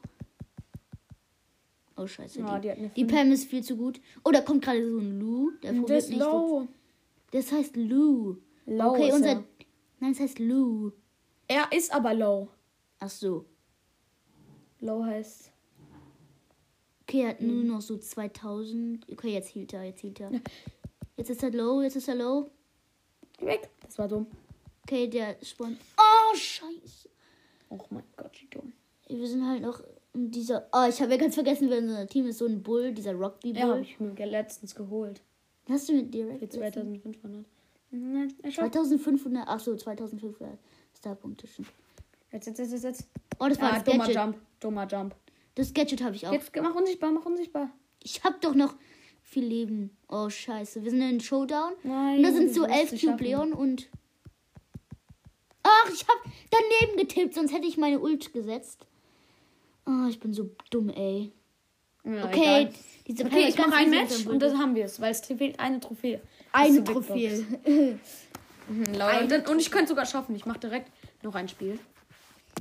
Speaker 1: Oh, scheiße.
Speaker 3: Ja,
Speaker 1: die,
Speaker 3: Ah, die hat eine
Speaker 1: die
Speaker 3: Fünf.
Speaker 1: Pam ist viel zu gut. Oh, da kommt gerade so ein Lou. Der probiert
Speaker 3: Das ist
Speaker 1: nicht. so-
Speaker 3: low.
Speaker 1: Das heißt Lou.
Speaker 3: Low
Speaker 1: okay,
Speaker 3: ist
Speaker 1: unser.
Speaker 3: er.
Speaker 1: Nein, das heißt Lou.
Speaker 3: Er ist aber low.
Speaker 1: Ach so.
Speaker 3: Low heißt.
Speaker 1: Okay, er hat nur noch so 2000. Okay, jetzt hielt er, jetzt hielt er. Jetzt ist er low, jetzt ist er low.
Speaker 3: Geh weg. Das war dumm.
Speaker 1: Okay, der Spawn. Oh, scheiße.
Speaker 3: Oh mein Gott, wie dumm.
Speaker 1: Wir sind halt noch in dieser. Oh, ich habe ja ganz vergessen, wer unser Team ist. So ein Bull, dieser
Speaker 3: Ja, habe
Speaker 1: Rugby-Bull.
Speaker 3: ich mir letztens geholt.
Speaker 1: Hast du mit direkt?
Speaker 3: Für 2500. Nein, ne, er schafft.
Speaker 1: 2500. Ach so, 2500 Starpunkte schon.
Speaker 3: Jetzt, jetzt, jetzt, jetzt, jetzt.
Speaker 1: Oh, das war
Speaker 3: Ah,
Speaker 1: das
Speaker 3: dummer
Speaker 1: Gadget.
Speaker 3: Jump. Dummer Jump.
Speaker 1: Das Gadget habe ich auch.
Speaker 3: Jetzt mach unsichtbar, mach unsichtbar.
Speaker 1: Ich habe doch noch viel Leben. Oh, scheiße. Wir sind in Showdown.
Speaker 3: Nein,
Speaker 1: Und da sind
Speaker 3: du
Speaker 1: so
Speaker 3: wirst
Speaker 1: elf
Speaker 3: es
Speaker 1: Cube
Speaker 3: schaffen.
Speaker 1: Leon und. Ach, ich habe daneben getippt, sonst hätte ich meine Ult gesetzt. Oh, ich bin so dumm, ey.
Speaker 3: Ja,
Speaker 1: Okay,
Speaker 3: egal.
Speaker 1: diese Pam
Speaker 3: Okay,
Speaker 1: hat
Speaker 3: ich
Speaker 1: ganz
Speaker 3: mache ein
Speaker 1: riesen
Speaker 3: Match
Speaker 1: Symbol.
Speaker 3: und das haben wir es, weil es fehlt eine Trophäe.
Speaker 1: Eine
Speaker 3: Bis zur Big
Speaker 1: Trophäe.
Speaker 3: Box. Mhm, Leute, und, dann, und ich könnte sogar schaffen. Ich mache direkt noch ein Spiel.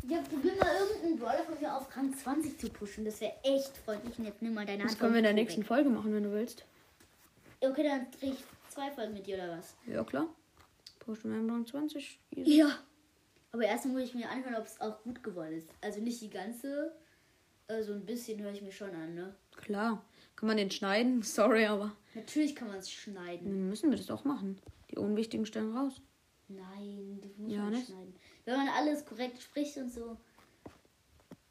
Speaker 1: Ja, probier mal irgendeinen Brawler von mir auf Rang 20 zu pushen. Das wäre echt freundlich. Und Jetzt nimm mal deine Hand.
Speaker 3: Das können wir in der
Speaker 1: vom
Speaker 3: nächsten Folge machen, wenn du willst.
Speaker 1: Weg. Okay, dann drehe ich zwei Folgen mit dir oder was?
Speaker 3: Ja, klar. Potion Membrane 20. easy.
Speaker 1: Ja. Aber erstmal muss ich mir anhören, ob es auch gut geworden ist. Also nicht die ganze. äh, So ein bisschen höre ich mir schon an, ne?
Speaker 3: Klar. Kann man den schneiden? Sorry, aber
Speaker 1: Natürlich kann man es schneiden.
Speaker 3: dann müssen wir das auch machen. Die unwichtigen Stellen raus.
Speaker 1: Nein, das muss
Speaker 3: Ja,
Speaker 1: man
Speaker 3: nicht?
Speaker 1: schneiden. Wenn man alles korrekt spricht und so.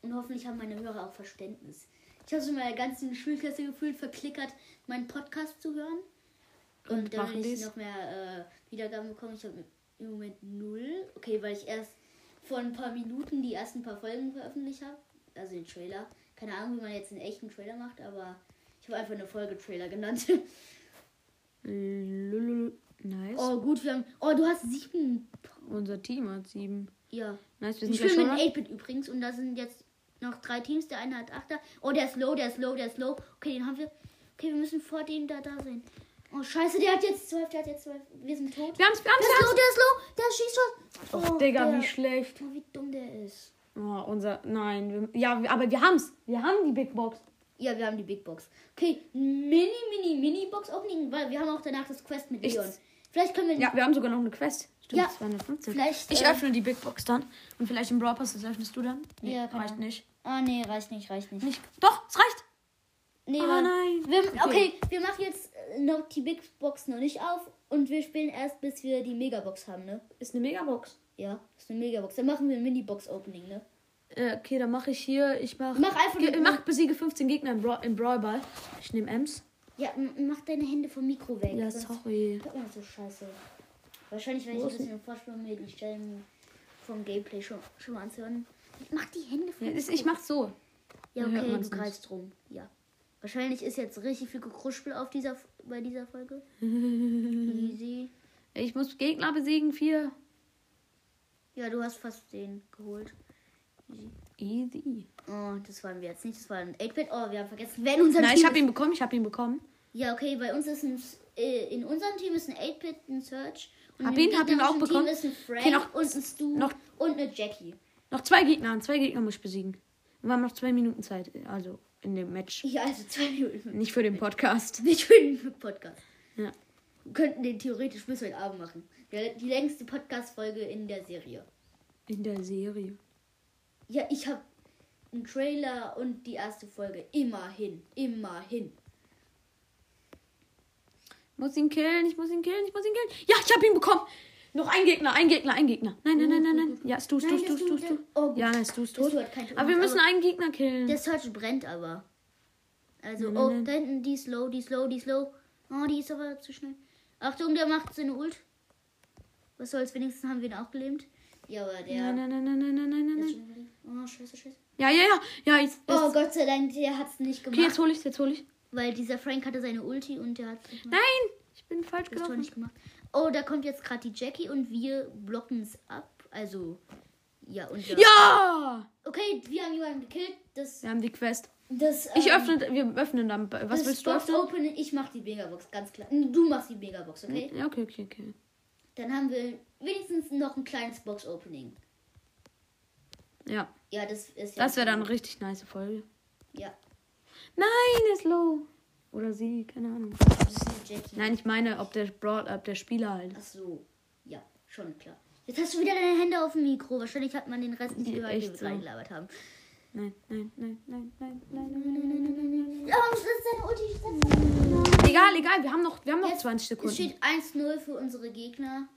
Speaker 1: Und hoffentlich haben meine Hörer auch Verständnis. Ich habe schon meine ganzen Schulklasse gefühlt verklickert, meinen Podcast zu hören. Und,
Speaker 3: Und
Speaker 1: damit
Speaker 3: machen
Speaker 1: ich
Speaker 3: die's?
Speaker 1: noch mehr äh, Wiedergaben bekomme, ich habe im Moment null. Okay, weil ich erst vor ein paar Minuten die ersten paar Folgen veröffentlicht habe. Also den Trailer. Keine Ahnung, wie man jetzt einen echten Trailer macht, aber ich habe einfach eine Folge Trailer genannt.
Speaker 3: Lulul. Nice.
Speaker 1: oh, gut, wir haben. Oh, du hast sieben.
Speaker 3: Unser Team hat sieben.
Speaker 1: Ja.
Speaker 3: Nice, wir sind
Speaker 1: Ich
Speaker 3: gleich
Speaker 1: spiele
Speaker 3: schon
Speaker 1: mit
Speaker 3: dran.
Speaker 1: 8-Bit übrigens und da sind jetzt noch drei Teams. Der eine hat 8er. Oh, der ist low, der ist low, der ist low. Okay, den haben wir. Okay, wir müssen vor dem da da sein. Oh, scheiße, der hat jetzt 12, der hat jetzt 12. Wir sind tot.
Speaker 3: Wir haben's, wir
Speaker 1: Der ist low,
Speaker 3: haben's,
Speaker 1: der ist low, der schießt
Speaker 3: wir
Speaker 1: schon.
Speaker 3: haben's.
Speaker 1: Oh,
Speaker 3: Och, Digga,
Speaker 1: der,
Speaker 3: wie schlecht.
Speaker 1: Oh, wie dumm der ist.
Speaker 3: Oh, unser. Nein. Wir, ja, wir- aber wir haben's. Wir haben die Big Box.
Speaker 1: Ja, wir haben die Big Box. Okay, mini, mini, mini Box Opening, weil wir haben auch danach das Quest mit
Speaker 3: Ich-
Speaker 1: Leon. Vielleicht können wir
Speaker 3: Ja, wir haben sogar noch eine Quest. Stimmt,
Speaker 1: Ja.
Speaker 3: das war eine 15.
Speaker 1: Vielleicht,
Speaker 3: ich
Speaker 1: äh,
Speaker 3: öffne die Big Box dann. Und vielleicht im Brawl Pass, das öffnest du dann.
Speaker 1: Ja, keine
Speaker 3: reicht
Speaker 1: Ahnung.
Speaker 3: nicht.
Speaker 1: Ah, nee, reicht nicht, reicht nicht.
Speaker 3: nicht. Doch, es reicht.
Speaker 1: Nee,
Speaker 3: Ah,
Speaker 1: warte.
Speaker 3: nein.
Speaker 1: Wir, okay.
Speaker 3: Okay.
Speaker 1: wir machen jetzt äh, noch die Big Box noch nicht auf und wir spielen erst, bis wir die Megabox haben, ne?
Speaker 3: Ist eine Megabox.
Speaker 1: Ja, ist eine Megabox. Dann machen wir ein Mini-Box-Opening, ne?
Speaker 3: Äh, okay, dann mache ich hier. Ich mache.
Speaker 1: Mach einfach
Speaker 3: Ge-
Speaker 1: mit-
Speaker 3: mach besiege 15 Gegner im, Bra im Brawl Ball. Ich nehme Ems.
Speaker 1: Ja, m- mach deine Hände vom Mikro weg.
Speaker 3: Ja,
Speaker 1: sonst
Speaker 3: sorry.
Speaker 1: hört man so scheiße. Wahrscheinlich, wenn ich ein bisschen im Vorsprung mir die Stellen vom Gameplay schon, schon mal anzuhören. Mach die Hände
Speaker 3: Ja, das- Ich mach so.
Speaker 1: Ja,
Speaker 3: Dann hört
Speaker 1: okay,
Speaker 3: man's
Speaker 1: du greifst rum. Ja. Wahrscheinlich ist jetzt richtig viel Gekruspel auf dieser, F- bei dieser Folge. Easy.
Speaker 3: Ich muss Gegner besiegen. Vier.
Speaker 1: Ja, du hast fast den geholt. Easy.
Speaker 3: Easy.
Speaker 1: Oh, das waren wir jetzt nicht. Das war ein 8-Bit. Oh, wir haben vergessen, wenn unser
Speaker 3: Nein,
Speaker 1: Team
Speaker 3: ich habe
Speaker 1: ist-
Speaker 3: ihn bekommen. Ich habe ihn bekommen.
Speaker 1: Ja, okay, bei uns ist ein, S- äh, in unserem Team ist ein 8-Bit, ein Search. Und
Speaker 3: Hab
Speaker 1: im
Speaker 3: ihn- hab ihn auch
Speaker 1: gegnerischen
Speaker 3: bekommen.
Speaker 1: Team ist ein Frank
Speaker 3: Okay, noch-
Speaker 1: und ein Stu
Speaker 3: noch-
Speaker 1: und eine Jackie.
Speaker 3: Noch zwei Gegner. Zwei Gegner muss ich besiegen. Wir haben noch zwei Minuten Zeit. Also in dem Match.
Speaker 1: Ja, also zwei Minuten.
Speaker 3: Nicht für den Podcast.
Speaker 1: Nicht für den Podcast.
Speaker 3: Ja.
Speaker 1: Wir könnten den theoretisch bis heute Abend machen. Der, die längste Podcast-Folge in der Serie.
Speaker 3: In der Serie.
Speaker 1: Ja, ich habe einen Trailer und die erste Folge. Immerhin. Immerhin.
Speaker 3: Muss ihn killen. Ich muss ihn killen. Ich muss ihn killen. Ja, ich habe ihn bekommen. Noch ein Gegner. Ein Gegner. Ein Gegner. Nein, nein, nein, nein, nein. Ja, Stu, Stu,
Speaker 1: Nein,
Speaker 3: Stu,
Speaker 1: das
Speaker 3: Stu,
Speaker 1: du-
Speaker 3: Stu.
Speaker 1: Oh, gut.
Speaker 3: Ja, nein, Stu ist
Speaker 1: Das
Speaker 3: tot.
Speaker 1: du halt kein Tor
Speaker 3: Aber wir
Speaker 1: machst,
Speaker 3: müssen
Speaker 1: aber-
Speaker 3: einen Gegner killen.
Speaker 1: Der Search brennt aber. Also,
Speaker 3: Nein, nein,
Speaker 1: oh,
Speaker 3: nein.
Speaker 1: da hinten, die ist low, die ist low, die ist low. Oh, die ist aber zu schnell. Achtung, der macht seine Ult. Was soll's, wenigstens haben wir ihn auch gelähmt. Ja, aber der.
Speaker 3: Nein, nein, nein, nein, nein, nein, nein,
Speaker 1: der
Speaker 3: nein,
Speaker 1: ist
Speaker 3: nein.
Speaker 1: schon gelähmt. Oh, scheiße, scheiße.
Speaker 3: Ja, ja, ja. Ja, jetzt. jetzt-
Speaker 1: Oh, Gott sei Dank, der hat's nicht
Speaker 3: Okay,
Speaker 1: gemacht.
Speaker 3: jetzt hol ich, jetzt hol ich.
Speaker 1: weil dieser Frank hatte seine Ulti und der hat's nicht gemacht.
Speaker 3: Nein, ich bin falsch
Speaker 1: Das Tor
Speaker 3: gelaufen.
Speaker 1: nicht gemacht. Oh, da kommt jetzt gerade die Jackie und wir blocken es ab. Also, ja, und ja.
Speaker 3: Ja!
Speaker 1: Okay, wir haben jemanden gekillt. Das,
Speaker 3: Wir haben die Quest.
Speaker 1: das,
Speaker 3: Ich
Speaker 1: ähm,
Speaker 3: öffne, wir öffnen dann. Was
Speaker 1: das
Speaker 3: willst du
Speaker 1: Box
Speaker 3: öffnen?
Speaker 1: Open, ich mach die Megabox, ganz klar. Du machst die Megabox, okay?
Speaker 3: Ja, okay, okay, okay.
Speaker 1: Dann haben wir wenigstens noch ein kleines Box-Opening.
Speaker 3: Ja,
Speaker 1: Ja, das ist ja...
Speaker 3: das wäre dann eine richtig nice Folge.
Speaker 1: Ja,
Speaker 3: Nein, ist low. Oder sie, keine Ahnung.
Speaker 1: das ist eine Jackie.
Speaker 3: Nein, ich meine, ob der, Broad, ob der Spieler halt.
Speaker 1: Ach so. Ja, schon klar. Jetzt hast du wieder deine Hände auf dem Mikro. Wahrscheinlich hat man den Rest nicht
Speaker 3: Ja,
Speaker 1: gehört,
Speaker 3: echt
Speaker 1: den wir
Speaker 3: so.
Speaker 1: gerade gelabert haben.
Speaker 3: Nein, nein, nein, nein, nein, nein, nein, nein, nein.
Speaker 1: Oh, das ist deine Ulti. das ist deine Ulti.
Speaker 3: Egal, egal, wir haben noch, wir haben noch
Speaker 1: Jetzt
Speaker 3: 20
Speaker 1: Es
Speaker 3: Sekunden.
Speaker 1: steht 1-0 für unsere Gegner.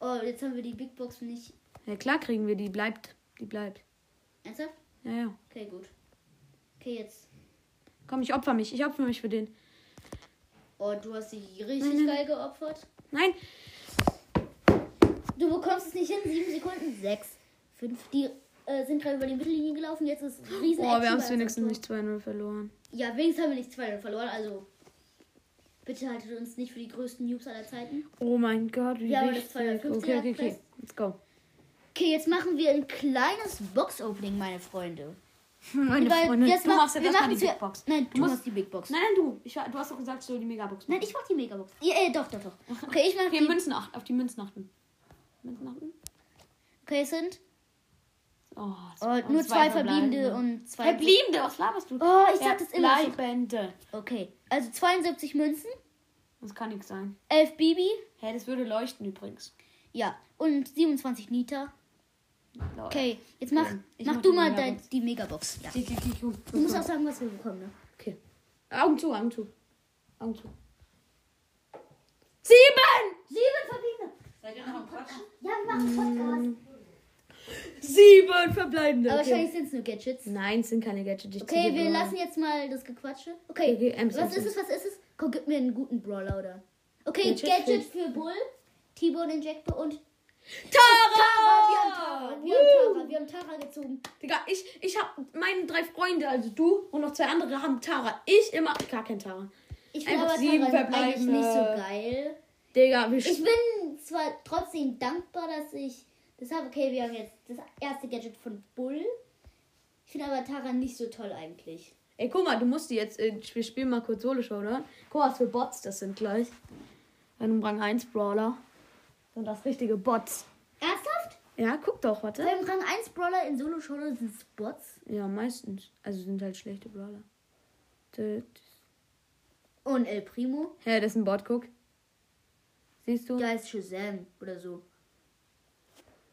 Speaker 1: Oh, jetzt haben wir die Big Box nicht.
Speaker 3: Ja, klar kriegen wir die, bleibt. Die bleibt.
Speaker 1: Ernsthaft?
Speaker 3: Ja, ja.
Speaker 1: Okay, gut. Okay, jetzt.
Speaker 3: Komm, ich opfer mich, ich opfer mich für den.
Speaker 1: Oh, du hast dich richtig
Speaker 3: Nein, nein,
Speaker 1: geil geopfert.
Speaker 3: Nein,
Speaker 1: Du bekommst es nicht hin. 7 Sekunden. 6, 5. Die äh, sind gerade über die Mittellinie gelaufen. Jetzt ist riesen
Speaker 3: Oh,
Speaker 1: Action
Speaker 3: wir haben
Speaker 1: bei
Speaker 3: es
Speaker 1: uns
Speaker 3: wenigstens
Speaker 1: am
Speaker 3: nicht 2-0 verloren.
Speaker 1: Tor. Ja, wenigstens haben wir nicht 2 verloren. Also, bitte haltet uns nicht für die größten Noobs aller Zeiten.
Speaker 3: Oh mein Gott, wie
Speaker 1: Ja, aber das
Speaker 3: wichtig.
Speaker 1: 250er
Speaker 3: okay, okay, okay.
Speaker 1: Quest.
Speaker 3: Let's go.
Speaker 1: Okay, jetzt machen wir ein kleines Box-Opening, meine Freunde.
Speaker 3: Meine
Speaker 1: Weil
Speaker 3: Freunde,
Speaker 1: jetzt
Speaker 3: du
Speaker 1: mach-
Speaker 3: machst jetzt
Speaker 1: wir
Speaker 3: erstmal die
Speaker 1: machen's ja-
Speaker 3: Big Box.
Speaker 1: Nein, du
Speaker 3: musst-
Speaker 1: machst die Big Box.
Speaker 3: Nein, nein, du. Ich, war- du hast doch gesagt, ich soll die Megabox machen.
Speaker 1: Nein, ich mach die Megabox. Ja, äh, doch, doch, doch. Okay, ich mach
Speaker 3: Okay,
Speaker 1: die.
Speaker 3: Münzen achten, auf die Münzen achten. Münzen achten?
Speaker 1: Okay, es sind
Speaker 3: Oh,
Speaker 1: oh, nur zwei verbliebene und zwei.
Speaker 3: Verbliebene, was laberst du?
Speaker 1: Oh, ich sag das immer. so.
Speaker 3: Bleibende.
Speaker 1: Okay, also 72 Münzen,
Speaker 3: Das kann nichts sein.
Speaker 1: 11 Bibi,
Speaker 3: Hä, das würde leuchten übrigens.
Speaker 1: ja, und 27 Nita. Okay, jetzt mach,
Speaker 3: Ich
Speaker 1: mach
Speaker 3: mach
Speaker 1: du
Speaker 3: die
Speaker 1: mal
Speaker 3: Megabox.
Speaker 1: dein- die Megabox. Ja.
Speaker 3: Klick, klick, klick, um.
Speaker 1: Du musst auch sagen, was wir bekommen, ne?
Speaker 3: Okay. Augen zu, Augen zu. Augen zu. Sieben!
Speaker 1: Sieben verbliebene. Ja, wir machen einen
Speaker 3: Mm,
Speaker 1: Podcast.
Speaker 3: Sieben verbleibende.
Speaker 1: Aber wahrscheinlich sind es nur Gadgets.
Speaker 3: Nein, es sind keine Gadgets. ich
Speaker 1: Okay,
Speaker 3: ziehe
Speaker 1: wir
Speaker 3: nur-
Speaker 1: lassen jetzt mal das Gequatsche. Okay,
Speaker 3: Okay, Ems,
Speaker 1: was
Speaker 3: Ems,
Speaker 1: ist es, was ist es? Komm, gib mir einen guten Brawler, oder? Okay,
Speaker 3: Gadget
Speaker 1: Gadget für Bull, T-Bone Injector und
Speaker 3: Tara!
Speaker 1: Tara, wir haben Tara, wir haben Tara gezogen.
Speaker 3: Digga, ich, ich hab meine drei Freunde, also du und noch zwei andere haben Tara. Ich immer gar kein Tara.
Speaker 1: Ich finde
Speaker 3: Einfach
Speaker 1: aber
Speaker 3: sieben
Speaker 1: Tara eigentlich
Speaker 3: verbleibende.
Speaker 1: nicht so geil.
Speaker 3: Digga, wir
Speaker 1: Ich bin zwar trotzdem dankbar, dass ich das habe. Okay, wir haben jetzt das erste Gadget von Bull. Ich finde aber Tara nicht so toll eigentlich.
Speaker 3: Ey, guck mal, du musst die jetzt. äh, Wir spielen mal kurz Solo Show, oder? Guck mal, was für Bots das sind gleich. Ein Rang 1 Brawler. Sind das richtige Bots.
Speaker 1: Ernsthaft?
Speaker 3: Ja, guck doch, warte.
Speaker 1: Beim Rang 1 Brawler in solo solo sind es Bots.
Speaker 3: Ja, meistens. Also sind halt schlechte Brawler. Hä,
Speaker 1: Und El Primo.
Speaker 3: hey, das ist ein Bot, guck. Siehst du?
Speaker 1: Da ist Shazam oder so.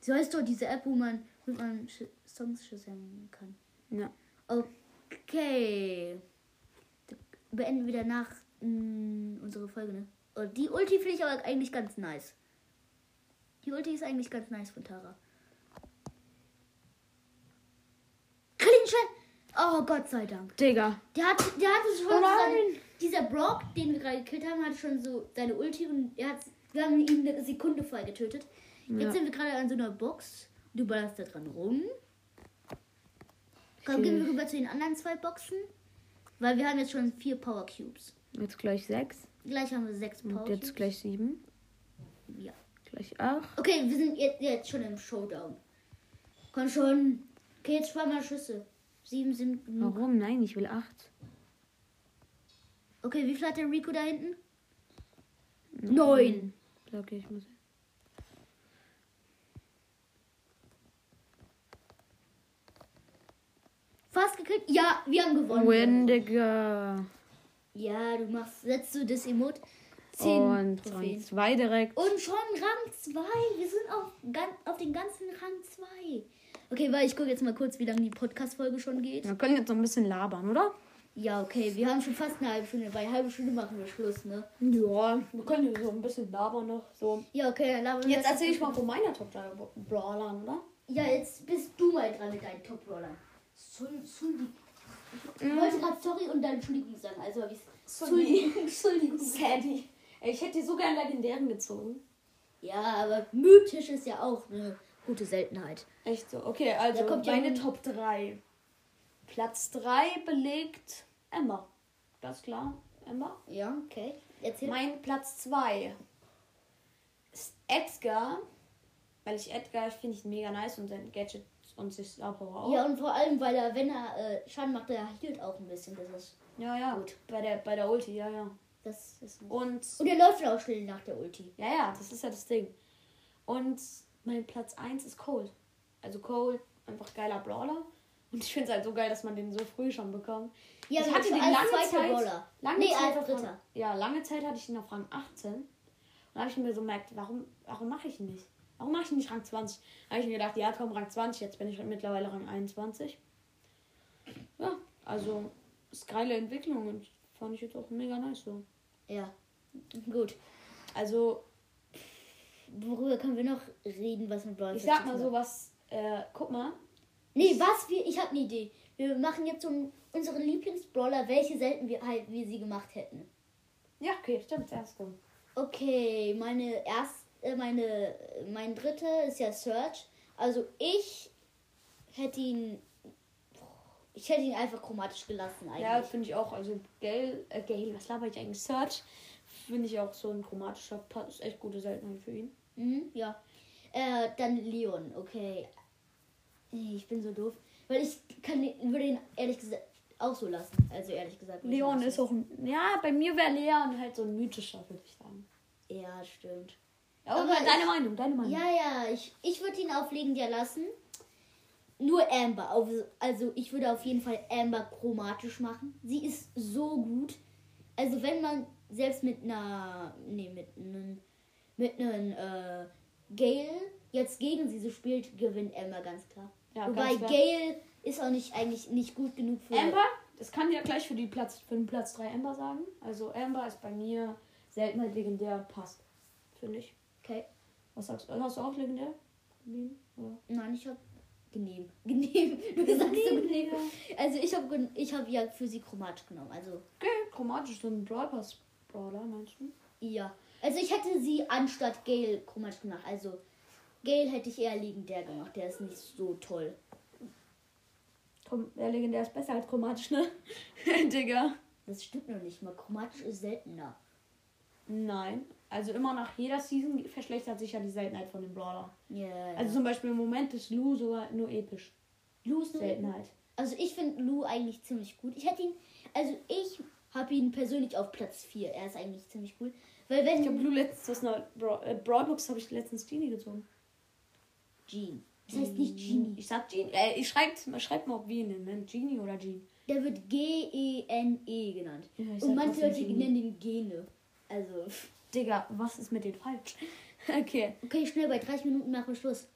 Speaker 1: So heißt doch diese App, wo man, wo man Sh Songs Shazam kann.
Speaker 3: Ja.
Speaker 1: Okay. Beenden wir danach mm, unsere Folge, ne? Oh, die Ulti finde ich aber eigentlich ganz nice. Die Ulti ist eigentlich ganz nice von Tara. Krieg ihn schnell! Oh Gott sei Dank.
Speaker 3: Digga.
Speaker 1: Der hat, der hatte schon
Speaker 3: Oh nein.
Speaker 1: seine, Dieser Brock, den wir gerade gekillt haben, hat schon so seine Ulti und er hat, wir haben ihm eine Sekunde vorher getötet. Jetzt sind wir gerade an so einer Box. Du ballerst da dran rum. Komm, gehen wir rüber zu den anderen zwei Boxen. Weil wir haben jetzt schon vier Power Cubes.
Speaker 5: Jetzt gleich sechs.
Speaker 1: Gleich haben wir sechs Power
Speaker 5: Und jetzt
Speaker 1: Cubes.
Speaker 5: gleich sieben.
Speaker 1: Ja.
Speaker 5: Gleich acht.
Speaker 1: Okay, wir sind jetzt, jetzt schon im Showdown. Komm schon. Okay, jetzt spar mal Schüsse. Sieben sind genug.
Speaker 5: Warum? Nein, ich will acht.
Speaker 1: Okay, wie viel hat der Rico da hinten? Neun.
Speaker 5: Okay, ich muss.
Speaker 1: Fast gekriegt? Ja, wir haben gewonnen.
Speaker 5: Wendiger.
Speaker 1: Ja, du machst, setzt du das Emote. Zehn
Speaker 5: Und Rang
Speaker 1: Trophäen.
Speaker 5: zwei direkt.
Speaker 1: Und schon Rang 2. Wir sind auf, gan- auf den ganzen Rang 2. Okay, weil ich gucke jetzt mal kurz, wie lange die Podcast-Folge schon geht.
Speaker 5: Wir können jetzt noch ein bisschen labern, oder?
Speaker 1: Ja, okay, wir haben schon fast eine halbe Stunde. Bei einer halben Stunde machen wir Schluss, ne?
Speaker 3: Ja, wir können ja so ein bisschen labern noch. So.
Speaker 1: Ja, okay, dann labern wir
Speaker 3: Jetzt erzähle ich mal von meiner Top 3 Bra- Brawlern, oder?
Speaker 1: Ja, jetzt bist du mal dran mit deinen Top-Rollern. Sul- Suldi. Ich
Speaker 3: Mhm.
Speaker 1: wollte gerade sorry und dann Entschuldigung sagen, also habe ich
Speaker 3: Suldi.
Speaker 1: Entschuldigung.
Speaker 3: Sandy. Ey, ich hätte dir so gerne legendären gezogen.
Speaker 1: Ja, aber mythisch ist ja auch eine gute Seltenheit.
Speaker 3: Echt so. Okay, also
Speaker 1: Da kommt ja
Speaker 3: meine
Speaker 1: ein-
Speaker 3: Top 3. Platz 3 belegt Emma. Ganz klar, Emma.
Speaker 1: Ja, okay. Erzähl.
Speaker 3: Mein Platz 2 ist Edgar. Weil ich Edgar finde ich mega nice und sein Gadget und sich Star Power auch.
Speaker 1: Ja, und vor allem, weil er, wenn er äh, Schaden macht, er hielt auch ein bisschen. Das ist,
Speaker 3: ja, ja. Gut. Bei der, bei der Ulti, ja, ja.
Speaker 1: das ist gut.
Speaker 3: Und
Speaker 1: Und er läuft auch schnell nach der Ulti.
Speaker 3: Ja, ja, das ist ja das Ding. Und mein Platz 1 ist Cole. Also Cole, einfach geiler Brawler. Und ich finde es halt so geil, dass man den so früh schon bekommt.
Speaker 1: Ja,
Speaker 3: ich
Speaker 1: aber
Speaker 3: hatte
Speaker 1: so
Speaker 3: den
Speaker 1: als
Speaker 3: lange
Speaker 1: zweiter
Speaker 3: Zeit.
Speaker 1: Brawler.
Speaker 3: Lange
Speaker 1: Nee,
Speaker 3: Zeit
Speaker 1: als
Speaker 3: auf Rang-
Speaker 1: dritter.
Speaker 3: Ja, lange Zeit hatte ich ihn auf Rang 18. Und dann habe ich mir so gemerkt, warum, warum mache ich ihn nicht? Warum mache ich ihn nicht Rang 20? habe ich mir gedacht, ja, komm, Rang 20, jetzt bin ich halt mittlerweile Rang 21. Ja, also ist geile Entwicklung und fand ich jetzt auch mega nice so.
Speaker 1: Ja. Gut.
Speaker 3: Also
Speaker 1: Worüber können wir noch reden, was mit Brawl
Speaker 3: Ich
Speaker 1: Stars
Speaker 3: sag mal
Speaker 1: zu tun hat?
Speaker 3: sowas, äh, guck mal.
Speaker 1: Nee, was wir. Ich habe eine Idee. Wir machen jetzt so einen- unseren Lieblingsbrawler, welche selten wir halt wir sie gemacht hätten.
Speaker 3: Ja, okay, stimmt, erst gut.
Speaker 1: Okay, meine erste, äh, meine, mein dritter ist ja Search. Also ich hätte ihn, ich hätte ihn einfach chromatisch gelassen
Speaker 3: Ja,
Speaker 1: eigentlich.
Speaker 3: finde ich auch, also Gale, äh, Gale, was laber ich eigentlich? Search, finde ich auch so ein chromatischer Pass, ist echt gute Seltenheit für ihn.
Speaker 1: Ja. Mhm, ja. Äh, dann Leon, okay. Nee, Ich bin so doof, weil ich kann, den- würde ihn ehrlich gesagt auch so lassen. Also ehrlich gesagt. würde ich ihn
Speaker 3: Leon
Speaker 1: lassen.
Speaker 3: ist auch ein, ja, bei mir wäre Leon halt so ein mythischer, würde ich sagen.
Speaker 1: Ja, stimmt.
Speaker 3: Ja,
Speaker 1: Aber
Speaker 3: aber deine
Speaker 1: ich-
Speaker 3: Meinung, deine Meinung.
Speaker 1: Ja, ja, ich, ich würde ihn auf legendär lassen. Nur Amber. Auf, also ich würde auf jeden Fall Amber chromatisch machen. Sie ist so gut. Also wenn man selbst mit einer, nee, mit einem, mit einem äh, Gale jetzt gegen sie so spielt, gewinnt Amber ganz klar.
Speaker 3: Ja,
Speaker 1: Wobei
Speaker 3: ganz klar.
Speaker 1: Gale ist auch nicht eigentlich nicht gut genug für
Speaker 3: Amber, das kann ja gleich für, die Platz, für den Platz 3 Amber sagen. Also Amber ist bei mir Seltenheit legendär, passt, finde ich.
Speaker 1: Okay.
Speaker 3: Was sagst du? Hast du auch legendär? Nein, oder?
Speaker 1: Nein, ich hab genehm. Genehm. Du sagst so
Speaker 3: Genehm,
Speaker 1: genehm.
Speaker 3: ja.
Speaker 1: Also ich habe ich hab ja für sie chromatisch genommen. Also
Speaker 3: Okay, chromatisch, so ein Brawl Pass Brawler, meinst du?
Speaker 1: Ja. Also ich hätte sie anstatt Gale komisch gemacht. Also Gale hätte ich eher legendär gemacht. Der ist nicht so toll.
Speaker 3: Komm, der legendär ist besser als chromatisch, ne? Digga.
Speaker 1: Das stimmt noch nicht mal. Chromatisch ist seltener.
Speaker 3: Nein. Also immer nach jeder Season verschlechtert sich ja die Seltenheit von dem Brawler.
Speaker 1: Ja. ja.
Speaker 3: Also zum Beispiel im Moment ist Lou sogar nur episch.
Speaker 1: Lou ist seltener.
Speaker 3: Seltenheit.
Speaker 1: Also ich finde Lou eigentlich ziemlich gut. Ich hätte ihn, also ich habe ihn persönlich auf Platz 4. Er ist eigentlich ziemlich cool. Weil wenn
Speaker 3: Ich habe Lou letztens aus einer Bra äh, Brawlbox habe ich letztens Genie gezogen.
Speaker 1: Jean. Das heißt nicht Genie.
Speaker 3: Ich sag Genie. Äh, ich schreibt, man schreibt mal, wie ihn nennt. ne? Genie oder Genie.
Speaker 1: Der wird G-E-N-E E genannt.
Speaker 3: Ja, ich sag
Speaker 1: Und manche
Speaker 3: trotzdem
Speaker 1: Leute
Speaker 3: Genie.
Speaker 1: nennen ihn Gene. Also.
Speaker 3: Digga, was ist mit denen falsch? okay.
Speaker 1: Okay, schnell, bei 30 Minuten machen wir Schluss.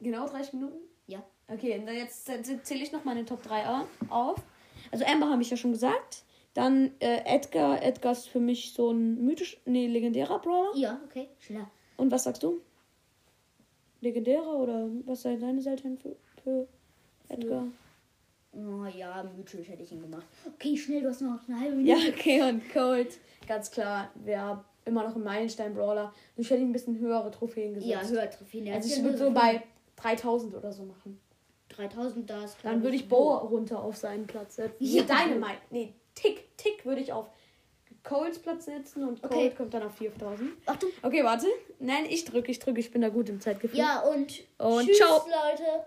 Speaker 3: Genau 30 Minuten?
Speaker 1: Ja.
Speaker 3: Okay, und dann jetzt zähle ich noch meine Top 3 au- auf. Also Amber habe ich ja schon gesagt. Dann äh, Edgar. Edgar ist für mich so ein mythisch, nee, legendärer Brawler.
Speaker 1: Ja, okay. Schneller.
Speaker 3: Und was sagst du? Legendärer oder was sei deine Seite für, für Edgar?
Speaker 1: Oh ja, mythisch hätte ich ihn gemacht. Okay, schnell, du hast noch eine halbe
Speaker 3: Ja,
Speaker 1: Minute.
Speaker 3: okay, und Cold. Ganz klar, wer immer noch im Meilenstein-Brawler. Ich hätte ihm ein bisschen höhere Trophäen gesetzt.
Speaker 1: Ja, höher Trophäen. Er
Speaker 3: also
Speaker 1: hat
Speaker 3: ich
Speaker 1: ja
Speaker 3: würde
Speaker 1: nur
Speaker 3: so bei 3000 oder so machen.
Speaker 1: 3000 da ist. glaub
Speaker 3: Dann würde ich Bo runter auf seinen Platz setzen.
Speaker 1: Ja.
Speaker 3: Ja. Dynamite. Nee, Tick, Tick würde ich auf Coles Platz setzen und Cole
Speaker 1: Okay.
Speaker 3: kommt dann auf 4000.
Speaker 1: Achtung.
Speaker 3: Okay, warte. Nein, ich drücke, ich drücke. Ich bin da gut im Zeitgefühl.
Speaker 1: Ja, und
Speaker 3: Und
Speaker 1: tschüss,
Speaker 3: ciao.
Speaker 1: Leute.